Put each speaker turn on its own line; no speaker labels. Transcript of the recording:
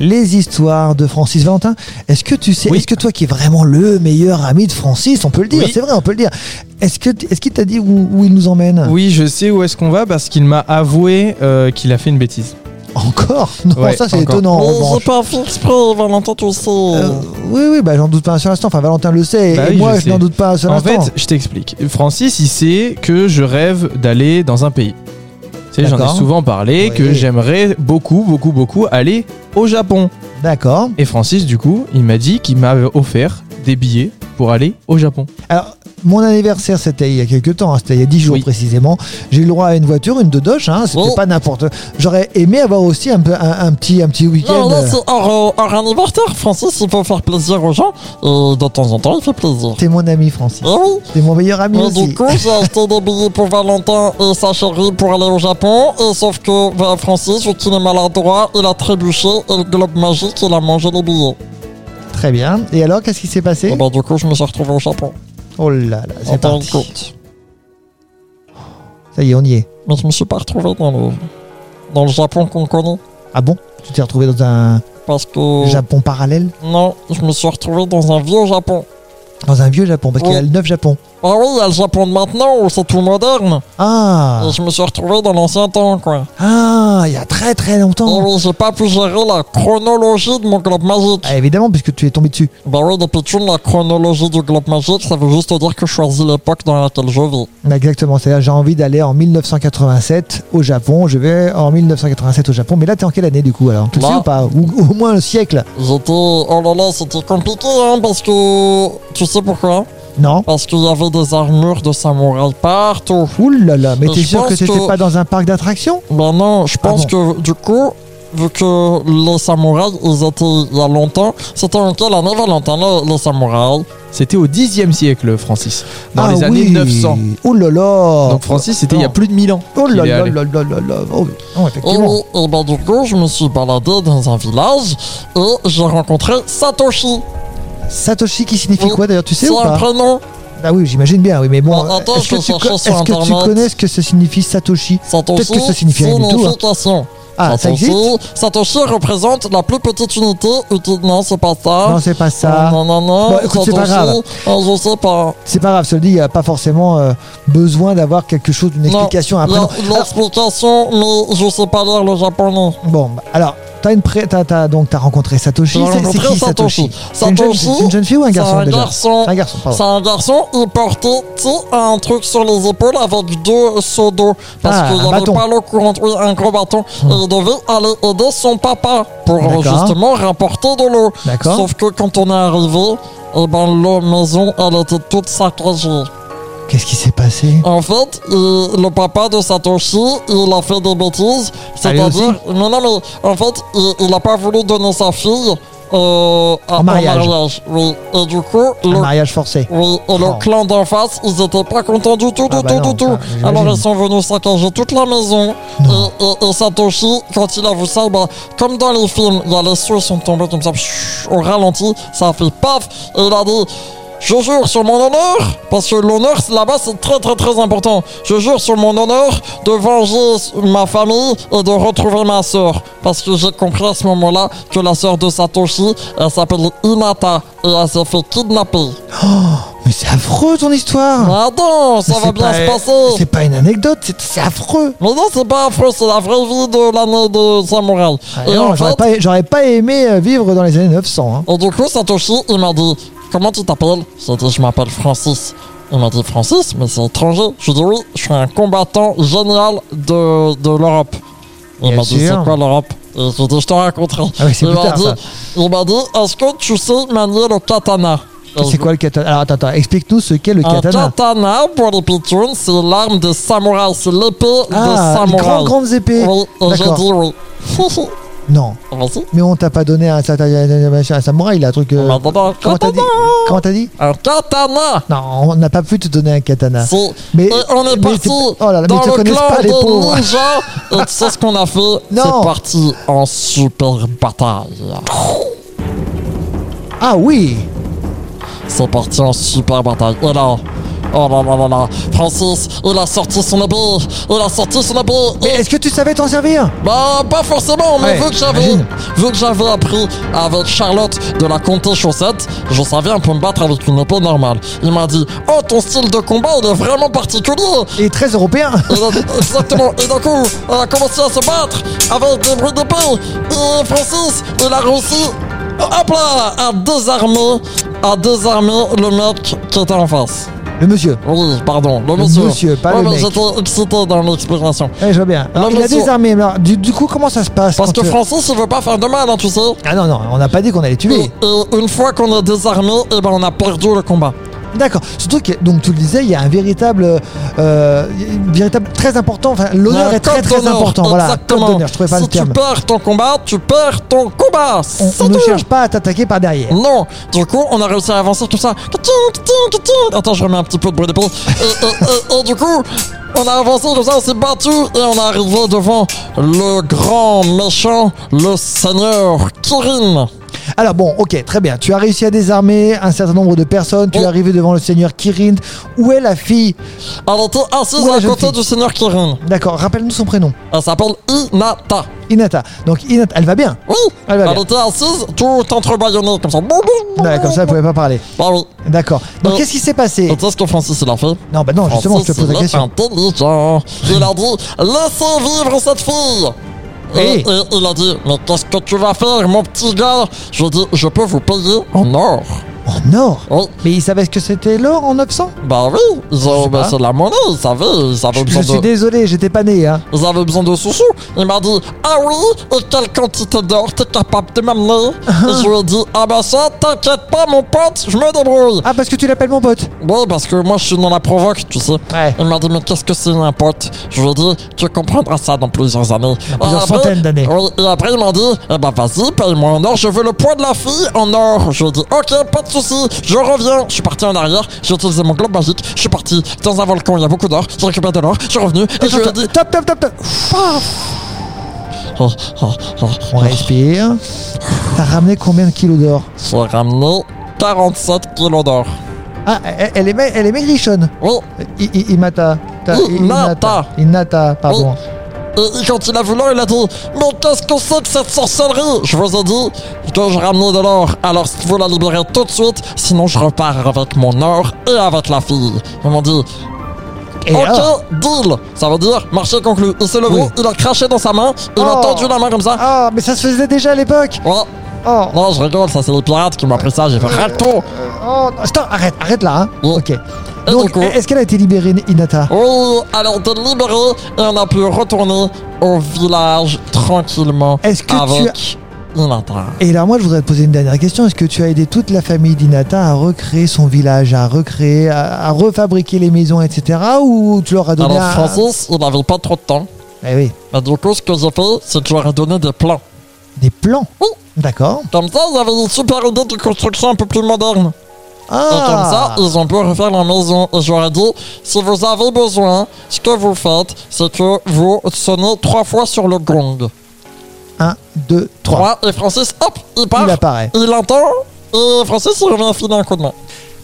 les histoires de Francis Valentin. Est-ce que tu sais,
Oui.
est-ce que toi qui es vraiment le meilleur ami de Francis, on peut le dire,
Oui.
c'est vrai, on peut le dire. Est-ce que est-ce qu'il t'a dit où, où il nous emmène
Oui, je sais où est-ce qu'on va parce qu'il m'a avoué euh, qu'il a fait une bêtise.
Encore Non,
Ouais,
ça c'est
encore.
étonnant. en revanche.
pas fait exprès, Valentin, tu sais.
Euh, oui, oui, bah, j'en doute pas un seul instant. Enfin, Valentin le sait,
Bah
et
oui,
moi
je
je, n'en
sais.
doute pas un seul
En
instant.
fait, je t'explique. Francis, il sait que je rêve d'aller dans un pays. Tu sais, j'en
D'accord.
ai souvent parlé,
Oui.
que j'aimerais beaucoup, beaucoup, beaucoup aller au Japon.
D'accord.
Et Francis, du coup, il m'a dit qu'il m'avait offert des billets pour aller au Japon.
Alors, mon anniversaire, c'était il y a quelques temps, hein, c'était il y a 10 jours
Oui.
précisément. J'ai eu le droit à une voiture, une de Doche, hein, c'était
Oh.
pas n'importe. J'aurais aimé avoir aussi un, peu, un, un petit, un petit week-end.
Non, là,
euh,
c'est hors, euh, hors anniversaire. Francis, il faut faire plaisir aux gens. Et de temps en temps, il fait plaisir.
T'es mon ami, Francis.
Eh oui.
T'es mon meilleur ami
Et
aussi.
du coup, j'ai acheté des billets pour Valentin et sa chérie pour aller au Japon. Et sauf que bah, Francis, vu qu'il est maladroit, il a trébuché et le globe magique, il a mangé les billets.
Très bien. Et alors, qu'est-ce qui s'est
Et,
passé
bah, du coup, je me suis retrouvé au Japon. Ah, bah,
Oh là là,
En
c'est
tant
parti.
que coach.
Ça y est, on y est.
Mais je me suis pas retrouvé dans le, dans le Japon qu'on connaît.
Ah bon Tu t'es retrouvé dans un
Parce que.
Japon parallèle
Non, je me suis retrouvé dans un vieux Japon.
Dans un vieux Japon, parce qu'il y a
Oh.
le neuf Japon.
Ah oui, il y a le Japon de maintenant où c'est tout moderne.
Ah
Et je me suis retrouvé dans l'ancien temps, quoi.
Ah, il y a très très
Et
longtemps
oui, j'ai pas pu gérer la chronologie de mon globe magique.
Ah, Évidemment, puisque tu es tombé dessus.
Bah oui, depuis tout, la chronologie du globe magique, ça veut juste dire que je choisis l'époque dans laquelle je vis.
Exactement, c'est-à-dire j'ai envie d'aller en 1987 au Japon, je vais en 1987 au Japon, mais là t'es en quelle année du coup alors Tu le sais
Là.
ou pas ou, ou au moins un siècle
J'étais... Oh là là, c'était compliqué, hein, parce que... Tu sais pourquoi
Non
Parce qu'il y avait des armures de samouraïs partout.
Ouh là là, mais
Euh,
t'es
je
sûr que
pense
c'était
que-
pas dans un parc d'attractions
Ben non, je pense que, du coup... Vu que les samouraïs, ils étaient il y a longtemps, c'était en quelle année, Valentin, les, les samouraïs
C'était au 10e siècle, Francis, dans
Ah
les années
oui.
900.
Ouh là là
Donc Francis, c'était il y a plus de 1000 ans.
Oh là
qu'il est
là
allé.
là là là là Oh, oui. Oh,
Et
effectivement
oui, et ben du coup, je me suis baladé dans un village et j'ai rencontré Satoshi.
Satoshi qui signifie
Oh.
quoi d'ailleurs, tu sais
C'est
ou
un
pas
prénom.
Ah oui, j'imagine bien, oui, mais bon.
Ah, attends,
Est-ce
je
que,
vais
tu,
chercher sur
est-ce que tu
Internet.
connais ce que ça signifie Satoshi
Satoshi,
Peut-être que ça signifie rien du tout, hein.
signification.
Ah, ça
Satoshi,
existe
Satoshi représente la plus petite unité. uti- Non, c'est pas ça.
Non, c'est pas ça.
Non, non, non.
Bon, écoute, c'est pas grave.
oh, je sais pas.
C'est pas grave, cela dit, il n'y a pas forcément euh, besoin d'avoir quelque chose, une explication après.
La- L'explication, mais je sais pas lire le japonais.
Bon, bah, alors, t'as une pré... t'as, t'as- donc t'as rencontré Satoshi.
J'ai
C'est, c'est
rencontré
qui Satoshi
Satoshi.
C'est une, jeune,
Satoshi,
c'est une jeune fille ou un
C'est
garçon
un
déjà
garçon.
C'est un garçon, pardon.
C'est un garçon, il portait tu sais, un truc sur les épaules avec deux seaux d'eau. Parce
Ah,
qu'il n'y
un
avait
bâton.
pas l'eau courante, oui, un gros bâton. Et il devait aller aider son papa pour euh,
D'accord.
justement rapporter de l'eau.
D'accord.
Sauf que quand on est arrivé, eh ben, la maison, elle était toute saccagée.
Qu'est-ce qui s'est passé
En fait, il- le papa de Satoshi, il a fait des bêtises.
Ah,
C'est-à-dire. Non, non, mais en fait, il n'a pas voulu donner sa fille euh, à,
En
en
mariage.
mariage, Oui. Et du coup,
Un
le
mariage forcé.
oui, et
Oh.
le clan d'en face, ils étaient pas contents du tout, du
Ah bah
tout,
non,
du tout.
bah, j'imagine.
Alors ils sont venus saccager toute la maison. Et, et- et Satoshi, quand il a vu ça, bah, comme dans les films, il y a les sous, ils sont tombés comme ça, pshh, au ralenti, ça a fait paf, et il a dit. Je jure sur mon honneur, parce que l'honneur c'est- là-bas c'est très très très important. Je jure sur mon honneur de venger ma famille et de retrouver ma sœur. Parce que j'ai compris à ce moment-là que la sœur de Satoshi, elle s'appelle Inata et elle s'est fait kidnapper.
Mais c'est affreux ton histoire
Mais attends,
Mais
ça
c'est
va bien
pas-
se passer.
C'est pas une anecdote, c'est, c'est affreux
Mais non, c'est pas affreux, c'est la vraie vie de l'année de samouraï.
Ah
et
non,
en
j'aurais,
fait,
pas, j'aurais pas aimé euh, vivre dans les années 900. hein.
et du coup, Satoshi, il m'a dit Comment tu t'appelles J'ai dit Je m'appelle Francis. Il m'a dit Francis, mais c'est étranger. Je lui ai dit Oui, je suis un combattant génial de, de l'Europe. Il
Bien
m'a dit
sûr.
C'est quoi l'Europe Et je lui ai dit Je te raconterai.
Ah oui, c'est
il
plus
m'a
tard, ça.
dit, il m'a dit Est-ce que tu sais manier le katana Et
C'est
je-
quoi le katana Alors attends, attends, explique-nous ce qu'est le
Un
katana.
katana pour les pitchouns, c'est l'arme de samouraï, c'est l'épée de
Ah, les
samouraï.
grandes, grandes épées.
Oui, et j'ai
D'accord.
dit oui.
Non,
Vas-y.
mais on t'a pas donné un, sata- un samouraï, là, un truc. euh,
On m'a donné un
comment t'as dit
bah.
Comment t'as dit
Un katana
Non, on n'a pas pu te donner un katana.
Si.
Mais-
et Ah. euh, on est
mais
parti
c'est- oh là là, mais
dans
ils te
le
connaissent
clan
pas, les pauvres.
des ninjas et tu sais ce qu'on a fait
Non.
C'est parti en super bataille.
Ah oui Ah
C'est parti en super bataille. Et là, Oh là là là là. Francis, oh, il a sorti son habit. Il a sorti son habit.
Mais
Et-
est-ce que tu savais t'en servir
Bah, pas forcément, mais
Ouais,
vu que j'avais,
j'imagine.
vu que j'avais appris avec Charlotte de la comté chaussette, je savais un peu me battre avec une épée normale. Il m'a dit, oh, ton style de combat, il est vraiment particulier.
Il est très européen.
Et donc- Exactement. Et d'un coup, on a commencé à se battre avec des bruits d'épée. Et Francis, il a réussi, hop là, à désarmer, à désarmer le mec qui était en face.
Le monsieur.
Oui, pardon, le monsieur.
monsieur, pas
Ouais,
le
mais
mec.
J'étais excité dans l'explication.
Ouais, Eh, je vois bien. Alors,
Non,
il a
mais sur-
désarmé. mais alors, du, du coup, comment ça se passe
Parce
quand,
que
euh,
Francis, il veut pas faire de mal, hein, tu sais.
Ah non, non, on n'a pas dit qu'on allait tuer.
Et, et euh, une fois qu'on est désarmé, eh ben on a perdu le combat.
D'accord. Surtout que, donc tu le disais, il y a un véritable, euh, il y a une véritable très important. Enfin, l'honneur
Il y a un
est très
code
très
d'honneur,
important. Voilà,
exactement.
code d'honneur. Je trouvais pas
si
le terme.
tu perds ton combat, tu perds ton combat.
On, on
C'est
ne
tout.
cherche pas à t'attaquer par derrière.
Non, du coup, on a réussi à avancer comme ça. Ka-ting, ka-ting, ka-ting. Attends, je remets un petit peu de bruit d'épaule. Euh, Et, et- et- et du coup, on a avancé comme ça, on s'est battu et on est arrivé devant le grand méchant, le seigneur Kirin.
Alors bon, ok, très bien. Tu as réussi à désarmer un certain nombre de personnes. Tu
Oh.
es arrivé devant le seigneur Kirin. Où est la fille
Elle était assise
Où est la
à
jeune
côté
fille
du seigneur Kirin.
D'accord. Rappelle-nous son prénom.
Elle s'appelle Inata.
Inata. Donc Inata, elle va bien.
Oui,
Elle va
elle
bien.
était assise, tout entrebâillonnée comme ça.
Ouais, comme ça, elle pouvait pas parler.
Bah oui.
D'accord. Donc
Oh.
qu'est-ce qui s'est passé
Et tu sais ce que Francis il a fait
Non, bah non, justement, je te
Francis,
pose la
il est
question.
intelligent. Il a dit Laissez vivre cette fille et,
Hey.
et il a dit Mais qu'est-ce que tu vas faire, mon petit gars Je lui ai dit Je peux vous payer en
Oh.
or.
En or.
Oui,
Mais il savait ce que c'était l'or en 900
bah oui, ils ont-
sais
bah,
pas.
c'est la monnaie, ils avaient, ils avaient,
Je
besoin,
suis
de,
désolé, j'étais pas né. Hein.
ils avaient besoin de sous-sous. Il m'a dit Ah oui, et quelle quantité d'or t'es capable de m'amener Et je lui ai dit Ah bah ça, t'inquiète pas, mon pote, je me débrouille.
Ah, parce que tu l'appelles mon pote
Oui, parce que moi je suis dans la provoque, tu sais.
Ouais.
Il m'a dit, mais qu'est-ce que c'est un pote Je lui ai dit, tu comprendras ça dans plusieurs années.
plusieurs
Et après-
centaines d'années.
Oui, et après il m'a dit, eh ben vas-y, paye-moi en or, je veux le poids de la fille en or. Je lui ai dit, ok, pas de souci, je reviens. Je suis parti en arrière, j'ai utilisé mon globe magique, je suis parti dans un volcan, il y a beaucoup d'or, j'ai récupéré de l'or, je suis revenu, et je lui ai dit,
Top, top, top, top.
paf Oh, oh, oh,
On
oh.
respire. T'as ramené combien de kilos d'or
J'ai ramené 47 kilos d'or.
Ah, elle- elle est, ma- elle est maigrichonne.
Oui,
I- I- Imata. Ta-
Oh,
I-
Inata.
Inata, pardon.
Oh, Et Euh, quand il a vu l'or, il a dit Mais qu'est-ce que c'est que cette sorcellerie Je vous ai dit que je ramenais de l'or, alors vous la libérez tout de suite, sinon je repars avec mon or et avec la fille. Ils m'ont dit
Et
Ok,
alors
deal Ça veut dire marché conclu. Il s'est levé,
Oui.
il a craché dans sa main, il a
Oh.
tendu la main comme ça.
Ah, mais ça se faisait déjà à l'époque.
Ouais.
Oh,
Non, je rigole, ça c'est les pirates qui m'ont pris ça, j'ai fait Rato
oh, stop, arrête, arrête là. hein.
Oui.
Ok.
Et
Donc,
donc, on-
est-ce qu'elle a été libérée, Inata
Oui, alors on était libéré et on a pu retourner au village tranquillement
Est-ce que tu
avec Inata.
Et là, moi, je voudrais te poser une dernière question. Est-ce que tu as aidé toute la famille d'Inata à recréer son village, à recréer, à, à refabriquer les maisons, etc. Ou tu leur as donné
Alors
un...
Francis, il n'avait pas trop de temps.
Eh oui,
Mais du coup, ce que j'ai fait, c'est que je leur ai donné des plans.
des plans.
Oui.
D'accord.
Comme ça, ils avaient une super idée de construction un peu plus moderne. Et comme ça,
Ah
ils ont pu refaire leur maison. Et je leur ai dit, si vous avez besoin, ce que vous faites, c'est que vous sonnez trois fois sur le gong.
1, 2, 3.
Trois. Et Francis, hop, il part.
Il apparaît.
Il entend. Et Francis, il revient filer un coup de main.